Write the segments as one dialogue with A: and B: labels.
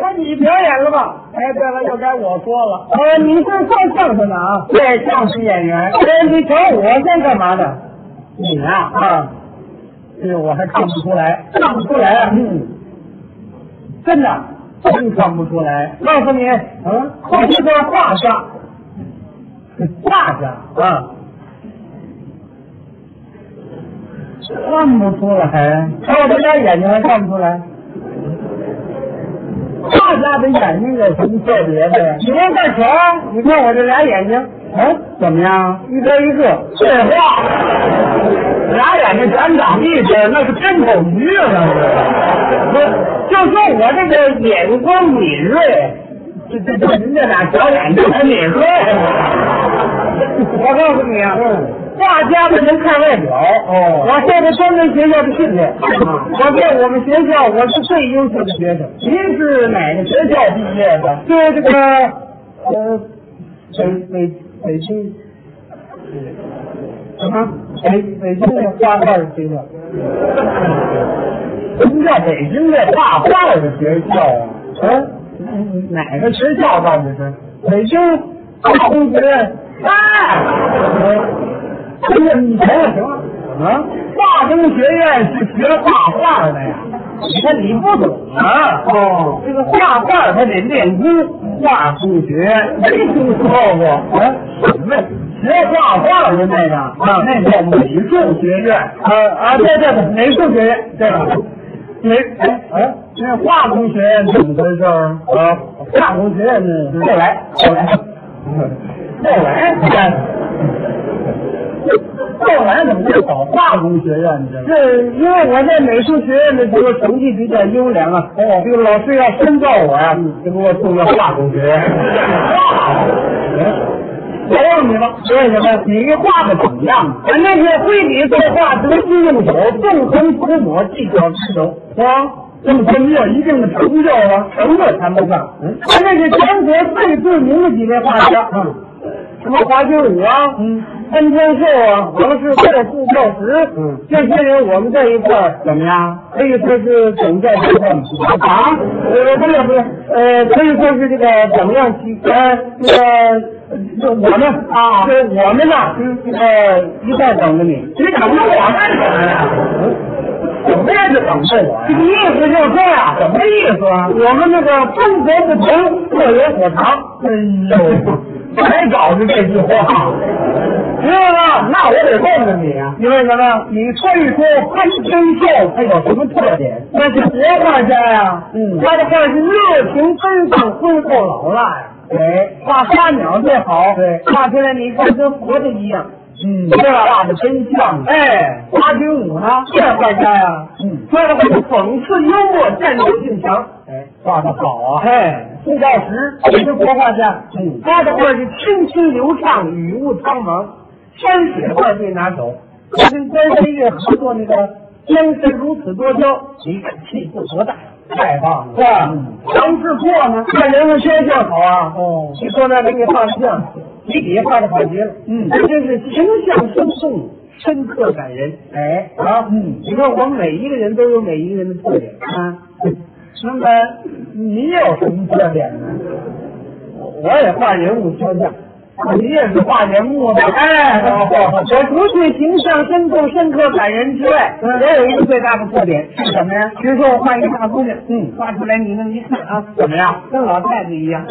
A: 那你表演了吧？
B: 哎，对了，又该我说了。
A: 呃，你是唱相声的啊？
B: 对，相声演员，
A: 哎，你找我先干嘛的？
B: 你啊，
A: 啊，
B: 这我还看不出来，
A: 唱不出来啊？
B: 嗯，
A: 真的。
B: 真看不出来。
A: 告诉你，
B: 嗯，
A: 我是个画家。
B: 画家
A: 啊，
B: 看不出来，
A: 看我这点眼睛还看不出来。
B: 画家的眼睛有什么特别的呀？
A: 你别干瞧啊，你看我这俩眼睛，
B: 嗯，怎么样？
A: 一边一个。
B: 废话，俩眼睛全长一边，那是偏口鱼啊，那
A: 不是，就说我这个眼光敏锐，
B: 是。这这这，您这俩小眼睛还敏锐。
A: 我告诉你啊，
B: 嗯，
A: 画家们能看外表。
B: 哦，啊
A: 我受过专门学校的训练，我在我们学校我是最优秀的学生，
B: 您是哪个学校毕业的？
A: 就是这个
B: 呃，北北北京
A: 什么。
B: 北北京的画画学校。什么叫北京的画画的学校啊？嗯，哪个学校办的是？
A: 北京大公学院
B: 哎，这个你行了行了啊！化工学院是学画画的呀，你看你不懂啊！
A: 哦，
B: 这个画画它得练功，画数学没听说过啊？什么学画画的那个啊？那叫美术学院。
A: 呃啊，对对对，美术学院对吧？
B: 美哎哎，那化工学院怎么回事儿啊？化工学院是后来后来后来后来怎么就搞化工学院去了？
A: 这因为我在美术学院的时候成绩比较优良啊，
B: 哦
A: 这个老师要深造我呀、
B: 就给我送到化工学院。 我问你吧，为什么你画的怎么样？
A: 俺那是挥笔作画，得心应手，纵横涂抹，技巧之流。
B: 啊，这么说你有一定的成就了，
A: 成就谈不上。
B: 嗯
A: 俺那是全国最著名的几位画家，什么华君武啊，
B: 嗯，
A: 潘天寿啊，王世寇、傅抱石，
B: 嗯
A: 这些人我们在一块儿
B: 怎么样？
A: 可以说是整教不断啊，呃，不是不是，呃，可以说是这个怎么样去呃，这个就我们
B: 啊嗯
A: 就是我们呢，呃，一块儿等着你。
B: 你等着我干什么呀？我么也得等着我
A: 这个意思就是这样，
B: 什么意思啊？
A: 啊我们那个中国不同，各有所长，
B: 哎呦，还搞的这句话，
A: 知道吗？
B: 那我得问问你啊，
A: 你为什么？你说一说潘天寿
B: 他有什么特点？
A: 那是国画家呀，
B: 嗯
A: 他的画是热情奔放、敦厚老辣呀。
B: 哎，
A: 画花鸟最好，
B: 对
A: 画出来你看跟活的一样，
B: 嗯
A: 对吧？
B: 画的真像。
A: 哎，花君武呢？这画家呀，
B: 嗯，
A: 说的很讽刺幽默，战斗性强。
B: 哎，画的好啊。
A: 哎，傅抱石也是国画家，
B: 嗯
A: 他的画是清新流畅，语无苍茫，山水画最拿手。他跟关山月合作那个《江山如此多娇》，你看气势多大，
B: 太棒了
A: 是吧
B: 嗯？
A: 杨志阔呢，看人物肖像好啊，
B: 哦
A: 你说那给你画个像，你笔画的好极了，
B: 嗯
A: 这真是形象生动，深刻感人
B: 哎，
A: 啊。
B: 嗯
A: 你看我们每一个人都有每一个人的特点啊。
B: 那么你有什么特点呢？
A: 我也画人物肖像，
B: 你也是画人物的。
A: 哎，
B: 哦
A: 我除去形象生动、深刻感人之外，我
B: 嗯
A: 有一个最大的特点是什么呀？比如说我画一大姑娘，
B: 嗯
A: 画出来你那么一看啊，
B: 怎么样？
A: 跟老太太一样。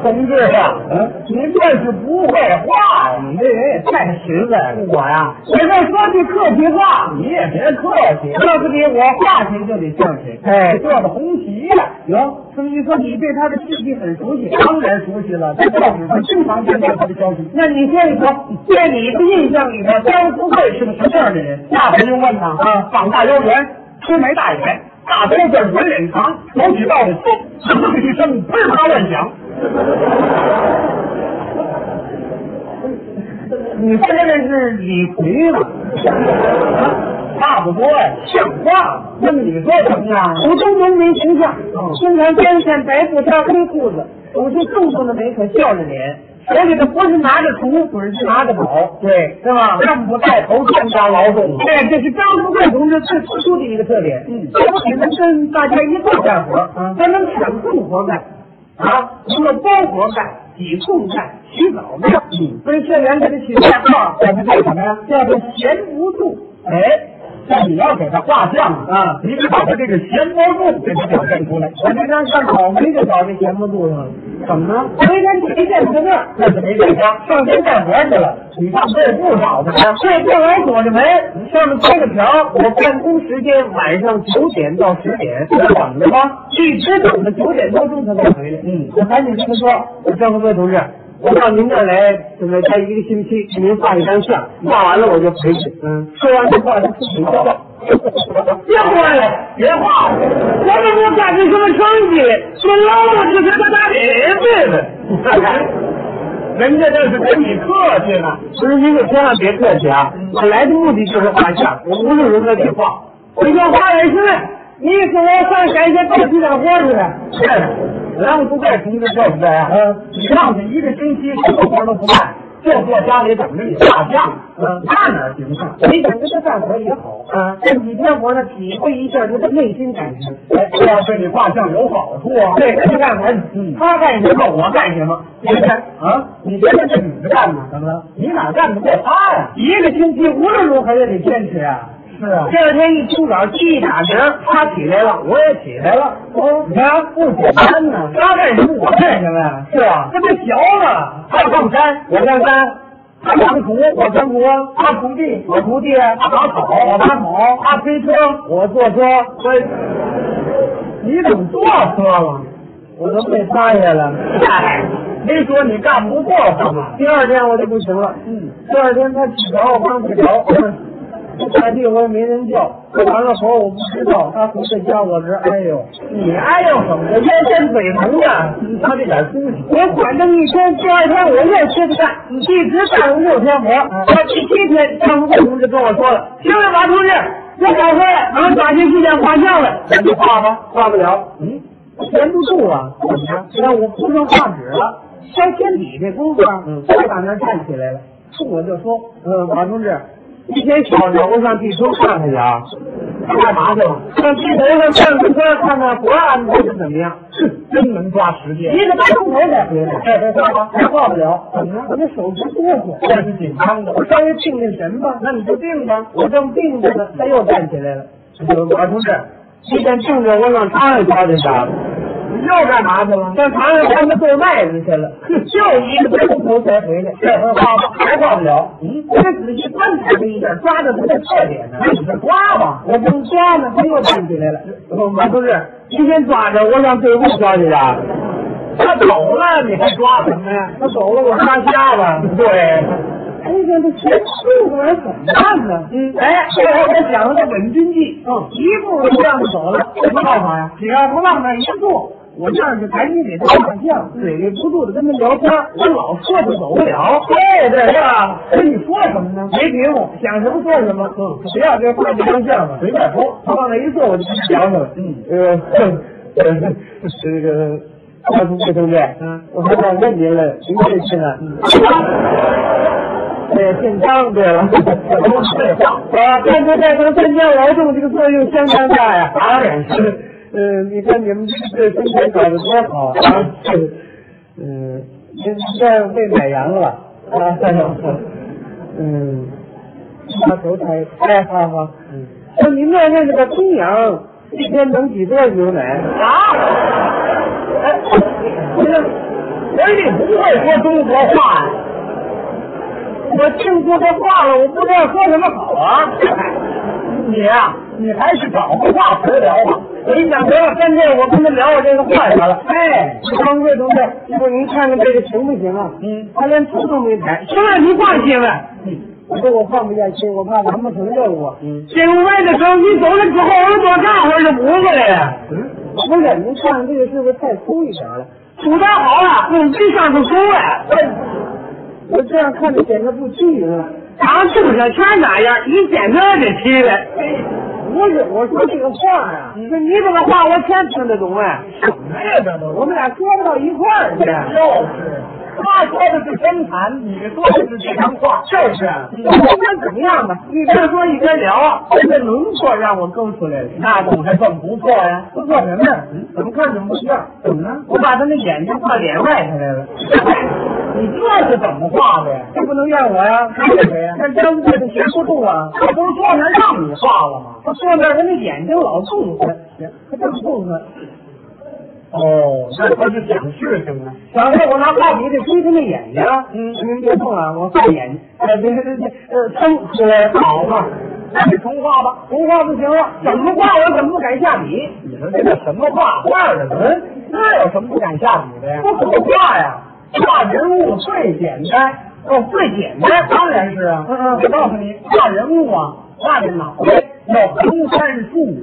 B: 同志啊，
A: 嗯
B: 您这是不会画呀，
A: 你这人也太实在了。
B: 我呀，
A: 你再说句客气话，
B: 你也别客气。
A: 要不你我画谁就得像谁。
B: 哎，这的红旗呀、有。
A: 这么一说，你对他的事迹很熟悉。
B: 当然熟悉了，在报纸上经常见到他的消息。
A: 那你说一说，在你的印象里头，张富贵是个什么样的人？
B: 那不用问呐，
A: 啊
B: 膀大腰圆，粗眉大眼，大高个儿圆脸
A: 啊
B: 长，手举抱着胸，哼一声噼啪乱响。
A: 你说这是李逵吧？
B: 差不多呀，像话吗。那么你说怎么样啊？
A: 普通农民形象
B: 嗯，
A: 身材干善，白布衫，黑裤子，有时动动的眉可笑着脸，而且他不是拿着图，不是拿着宝，
B: 对，
A: 是吧？
B: 干部带头重大劳动，
A: 哎，这是张富贵同志最突出的一个特点。
B: 嗯
A: 他不仅能跟大家一块儿干活
B: 嗯，
A: 还能抢重活干，啊，除了包活干、挤空干、洗澡干。
B: 嗯
A: 所以社员给他起外号
B: 这是干什么呀？
A: 叫做“闲不住
B: 哎，那你要给他画像
A: 啊
B: 你得把他这个闲波动给他表现出来”。。
A: 我这张上草莓就找这闲不住上了，
B: 怎么呢？
A: 我一天没见他那儿，
B: 那是没对象，上街干活去了，你上队不找他呀？
A: 对，正好锁着门，上面贴个条，我办公时间晚上九点到十点，
B: 等着吧。
A: 一直等到九点多钟他才回来。
B: 嗯
A: 我赶紧跟他说，张富贵同志，我到您这儿来准备待一个星期，给您画一张像，画完了我就回去。嗯，说完这话就自己走了。
B: 别画了，别画了，
A: 我怎么干出什么成绩？这老我这是个大
B: 别别 别，人家这是跟你客气呢。
A: 不是您可千万别客气啊！我来的目的就是画像，我无论如何得画。我要画也是，你给我上赶些干几点活去了？
B: 是，然后不干同志就是这样。
A: 嗯
B: 你让他一个星期什么活都不干，就坐家里等着你下降，
A: 嗯
B: 那哪行啊？
A: 你等着他干活也好啊，这几天活呢，体会一下他的内心感受。
B: 哎，这要对你画像有好处
A: 啊
B: 啊。
A: 对，他干活，嗯
B: 嗯
A: 他干什么我干什么，你看
B: 啊，你别跟这女的干呢，怎么了？你哪干得过她呀？
A: 一个星期无论如何也得坚持啊。
B: 是啊，
A: 第二天一清早七打铃，他起来了，我也起来了。
B: 哦，你看不简单呢。
A: 他干什么我干什么呀？
B: 是啊，
A: 这不学吗？
B: 他上山，我上山。他干土，我干土；
A: 他徒弟，啊
B: 我徒弟，他拔草，我拔草；他推车，我坐车。
A: 我
B: 你怎么坐车了？
A: 我都被发下来了。
B: 嗨，没说你干不过他吗？
A: 第二天我就不行了，
B: 嗯，
A: 第二天他起床，我刚起床，下地我也没人叫，完了活我不知道，他回来叫我是，哎呦，
B: 你哎呦怎么
A: 我腰间腿疼呀，
B: 啊他这点东西，
A: 我反正一天，第二天我又接着干，一直干了六天活。
B: 嗯
A: 到第七天，张副同志跟我说了，行了，马同志，我改回来，俺打进去见画像了。
B: 咱就画吧。
A: 画不了，
B: 嗯，
A: 闲不住啊，怎么着？那我铺上画纸了，削铅笔这功夫啊，
B: 嗯
A: 我打那儿站起来了，冲我就说，呃，马同志，一天小时候我上地头看看去啊，
B: 他干嘛去了？
A: 上地头上转个圈，看看国安排的怎么样。
B: 真能抓时间，
A: 一个大钟头才回来，
B: 哎这画吧
A: 还画不了，怎么了？我这手直哆嗦。
B: 这是紧张的。
A: 我稍微定定神吧，那你就定吧。我正定着呢，他又站起来了。我同志，一天定着，我上长安瞧去啥了？
B: 你又干嘛去了？
A: 上长安他们做麦子去了， 就一个钟头才回来，这回画吧，还画不了。
B: 嗯，
A: 我这仔细观察了一下，抓着他的特点呢。
B: 那你就抓吧。
A: 我正抓呢，他又站起来了。我马同志，今天抓着我上队伍瞧去啊。
B: 他走了，你还抓什么呀？
A: 他走了，我抓瞎了。
B: 对，
A: 哎呀，这全是我怎么办呢？嗯，哎，这回我想了个稳军计，
B: 嗯
A: 一步都让他走了，什么办法呀？只要不往那儿一坐，我这样就赶紧给他画像，嘴里不住的跟他聊天，我老说他走不了。
B: 对对是吧？
A: 跟你说什么呢？没题目，想什么说什么。嗯，只要这画这张像吧，
B: 随便说。
A: 他往那一坐，我就跟他聊上了。
B: 嗯
A: 呃，呃，这个。二同志同志，
B: 嗯
A: 我还想问您了，您这是呢？对，呃姓张，对了，
B: 都是废话。
A: 啊，看出代偿参加劳动这个作用相当大呀！
B: 当然是。
A: 呃，你看你们这个生产搞得多好啊！嗯，现在被买羊了啊！ 嗯，他头胎太好了。嗯，那您那那个公羊一天能挤多少牛奶？
B: 啊！哎，不是，我
A: 哎
B: 你不会说中国话呀？
A: 我听说他话了，我不知道说什么好啊！
B: 你呀、你还是找个话头聊吧。
A: 我一想，得了，干脆我跟他聊我这个坏法了。
B: 哎，
A: 方贵同志，一会儿您看看这个行不行啊？
B: 嗯，
A: 他连头都没抬。行了，您放心吧。
B: 嗯
A: 我说我放不下心，我怕完不成任务。
B: 嗯
A: 这屋外的时候，你走了之后，我多干会儿就不过来了。
B: 嗯，
A: 我说您看看这个是不是太粗一点了？土太好了，我这上头粗了。我这样看着显得不均匀啊。咱们种小圈哪样，你显得得吃了。不是，我说这个话呀、
B: 嗯
A: 那你这个话我全听得懂哎，
B: 什么呀？这都
A: 我们俩说不到一块儿去。
B: 就是，他说的是真谈，你说的是这张画，
A: 就是啊，我们怎么样吧？一边说一边聊，啊这轮廓让我勾出来了。
B: 那总还算不错呀。
A: 不错什么呀？嗯怎么看怎么不像？
B: 怎么了？
A: 我把他那眼睛画脸外头来了，
B: 你这是怎么画的呀？
A: 这不能怨我呀。那张贵的学不动啊，
B: 我不是说能让你画了吗？
A: 他坐那儿他那眼睛老动弹，他这么动弹，
B: 哦，那他是讲事情啊。
A: 想着我拿画笔得推他那眼睛。
B: 嗯
A: 您别动啊，我画眼睛。呃，别别别，呃，撑出来
B: 好嘛，那你重画吧。
A: 不画不行了，怎么画我怎么不敢下笔？嗯
B: 你说这个什么画画的人，那有什么不敢下笔的呀？
A: 不好
B: 画呀，画人物最简单。
A: 哦，最简
B: 那当然是啊。
A: 嗯嗯
B: 我告诉你，画人物啊，画的脑袋要横山竖武，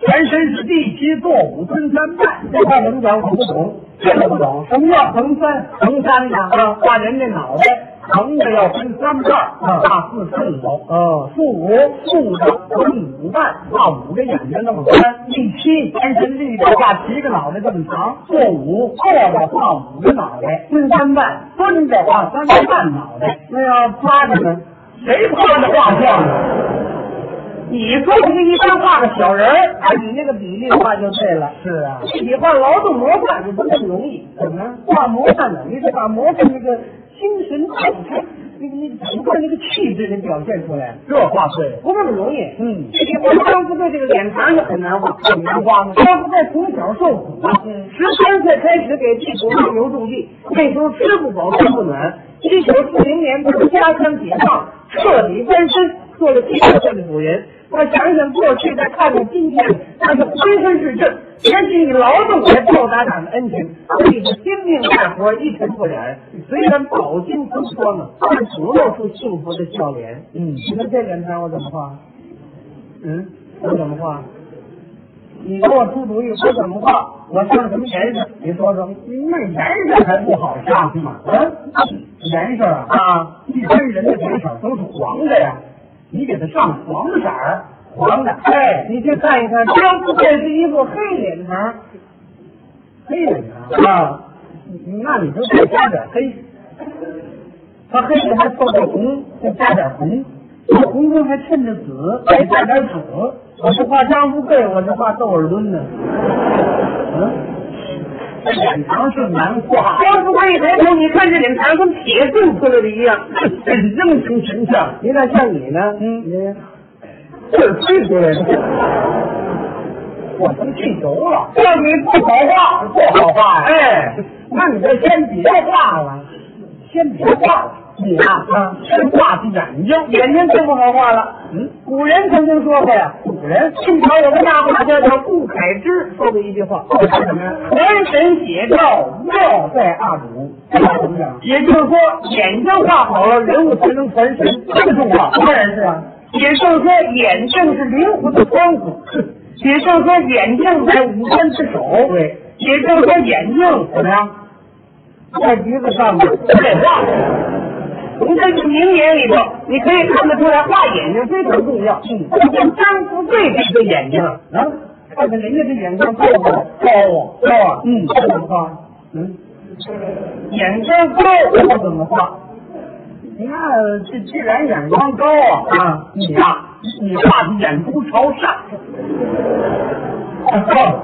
B: 全身是地，七坐五尊三拜。
A: 这块能讲我不懂，
B: 这个不懂，
A: 什么叫横三？
B: 横三呢？
A: 嗯
B: 画人这脑袋横着要分三瓣儿，
A: 嗯
B: 画四正头。
A: 哦，
B: 竖五竖着分五瓣，画五个眼睛那么宽，一七天神地道画七个脑袋这么长，做五坐着画五个脑袋，分三瓣，蹲着画三个半脑袋，
A: 那要趴着呢？
B: 谁画的画像啊？
A: 你说的是一般画个小人儿，啊，你那个比例画就对了。
B: 是啊，
A: 具体画劳动模范就不那么容易，
B: 怎么？
A: 画模范呢，你得把模范那个精神状态、那个那个整个那个气质给表现出来，
B: 这画对了，
A: 不那么容易。
B: 嗯
A: 具体画张富贵这个脸庞就很难画，
B: 很难画吗
A: 张富贵从小受苦啊，
B: 嗯
A: 十三岁开始给地主放牛种地，那时候吃不饱穿不暖。一九四零年从家乡解放，彻底翻身，做了第二代的主人。我想想过去，再看看今天，那是浑身是正，也是以劳动来报答党的恩情，所以是拼命干活，一尘不染。虽然饱经风霜啊，但总露出幸福的笑脸。
B: 嗯
A: 你说这脸盘我怎么画？
B: 嗯，
A: 我怎么画？你给我出主意，我怎么画？我上什么颜色？你说说。
B: 那颜色还不好上吗？啊，颜色啊，
A: 啊，
B: 一般人的脸色都是黄的呀，你给它上黄色儿，黄的，哎，
A: 你去看一看，张富贵是一副黑脸庞。
B: 黑的呀。
A: 啊，
B: 那你就再加点黑，
A: 他黑的还透着红，
B: 再加点红，
A: 红中还衬着紫。
B: 再加点紫。
A: 我是画张富贵，我是画窦尔敦的。
B: 嗯，这脸庞是难画，
A: 张富贵一抬头，你看这脸庞跟铁铸出来的一样。
B: 很英雄形象。
A: 你咋像你呢？
B: 嗯
A: 你哎
B: 这是吹出来的，我成气球了。
A: 要你不
B: 不好画，不好画呀！
A: 哎，
B: 那你这先别画了，先别画了。你啊，
A: 啊
B: 先画眼睛。
A: 眼睛最不好画了。
B: 嗯，
A: 古人曾经说过呀，
B: 古人
A: 清朝有个大画家叫顾恺之说过一句话：“
B: 说什么呀
A: 浑神写照，
B: 妙在二五，这怎哎么讲？
A: 也就是说，眼睛画好了，人物才能传神。
B: 这个重要，当然是啊。
A: 也就是说，眼睛是灵魂的窗户，也就是说，眼睛在五官之首。
B: 对，
A: 也就是说，眼睛
B: 怎么样？
A: 在鼻子上面。
B: 废话，
A: 从这句名言里头，你可以看得出来，画眼睛非常重要。嗯，像张富贵这个眼睛，
B: 啊，
A: 看看人家这眼光够不够？
B: 高
A: 高啊！
B: 嗯
A: 这怎么画？
B: 嗯，
A: 眼光高，我怎么画？
B: 那这既然眼光高啊，
A: 啊
B: 你呀、你画的眼珠朝上，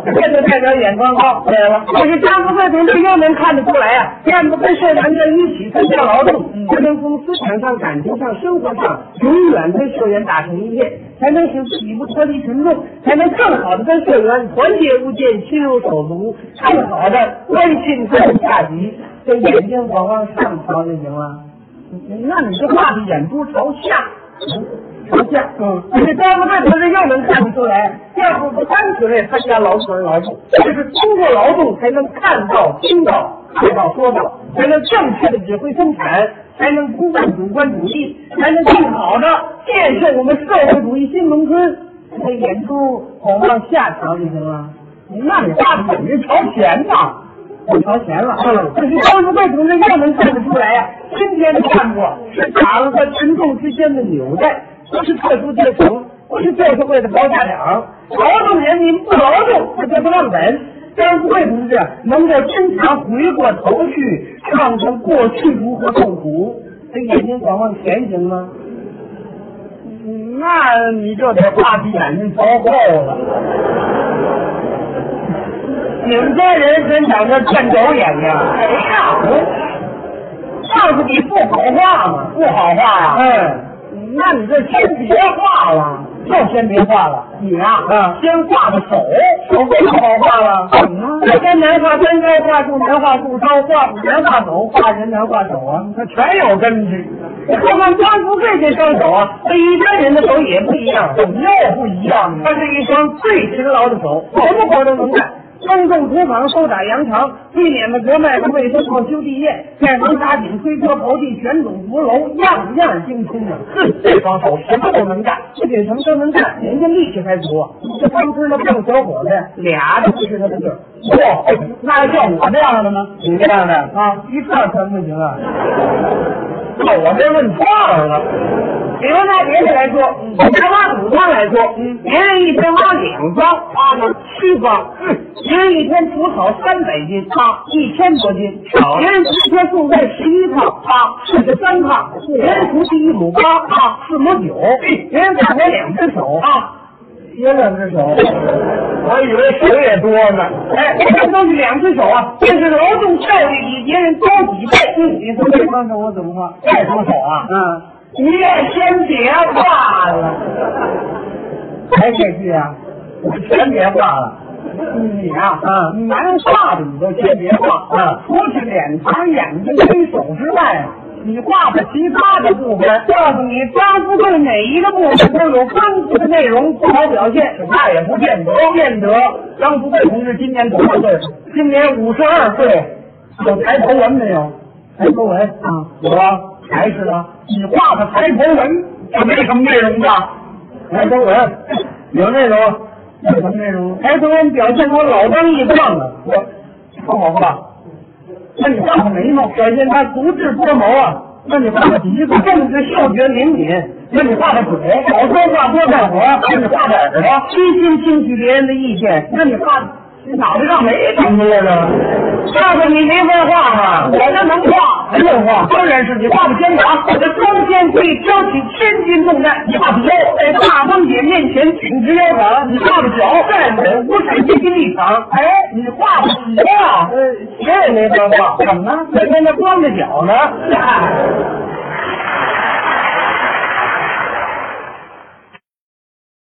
A: 这就代表眼光高。对了，可是张富贵同志又能看得出来呀、啊，燕不跟社员们一起参加劳动，才能从思想上、感情上、生活上永远跟社员打成一片，才能使自己不脱离群众，才能更好的跟社员团结无间、亲如手足，更好的关心他们下级。这眼睛我往上瞧就行了。
B: 那你这画的眼珠朝下，
A: 不是，嗯，这张富贵同志又能看得出来，要不不单纯的参加劳动而劳动，就是通过劳动才能看到、听到、看到、说到，才能正确的指挥生产，才能不断主观主义，才能更好的建设我们社会主义新农村。这眼珠我往下瞧就行了，
B: 那你画的眼睛朝前呐。
A: 我朝前了。嗯，可是张富贵同志又能看得出来呀、今天的干部是党和群众之间的纽带，不是特殊阶层，我是就是为了高价粮，劳动人民不劳动，那叫不让人。张贵同志能够经常回过头去看看过去如何痛苦，这眼睛转往前行吗？嗯那你就得画起眼睛朝后了。你们这人真讲究见狗眼睛。谁呀？上次你不好画吗？不好画呀、嗯，那你就先别画了，就先别画了。你啊，嗯，先画个手，嗯手不好画了。怎么了？该男画三该画树男画树梢，画虎男画手，画人男画手啊，他全有根据。我看看张福贵这双手啊，和一般人的手也不一样，怎么又不一样呢？啊他是一双最勤劳的手，什么活都能干。耕种土壤，收打扬场，推碾子革麦子，卫生炮修地业，盖房搭井，推车刨地，旋种扶楼，样样精通啊！哼，这帮手什么都能干，不仅什么都能干，人家力气还足啊。这当时那胖小伙子俩都不是他的劲儿。嚯、那像我这样的呢？你这样的啊，一串全不行啊！那我这问错了。比如拿别的来说，我拿挖土方来说，嗯别人一天挖两方，挖呢七方；别人一天除草三百斤，啊，一千多斤；别人一天种菜十一趟，啊，四十三趟；别人除去一亩八，啊，四亩九；别人干活两只手，啊，也两只手。我以为手也多呢。哎，这都是两只手啊，这是劳动效率比别人高几倍。你说这双手我怎么画？这双手啊，嗯，你也先别画了，还这句啊，我先别画了。你啊，嗯，难画的你都先别画，嗯，除去脸庞、眼睛、跟手之外啊，你画的其他的部分，告诉你张富贵哪一个部分都有丰富的内容，不好表现，那也不见得，见得。张富贵同志今年多少岁？今年五十二岁，有抬头纹没有？抬头纹啊，有啊，还是啊，你画的抬头纹，这没什么内容吧？抬头纹有内容，有什么内容？抬头纹表现我老当益壮了，我不好画。那你画个眉毛，表现他足智多谋啊。那你画个鼻子，政治嗅觉灵敏。那你画个嘴，少说话多干活。那你画个耳朵，虚心听取别人的意见。那你画脑袋上没什么了呢？上次你没法画吗？我这能画，没有画。当然是你画个肩膀，我的双肩可以挑起千斤重担。你画个腰，在大风姐面前挺直腰杆。你画个脚，站稳，无视阶级立场。哎，你画个鞋哎啊？呃，鞋也没法画。怎么了？人家那光着脚呢。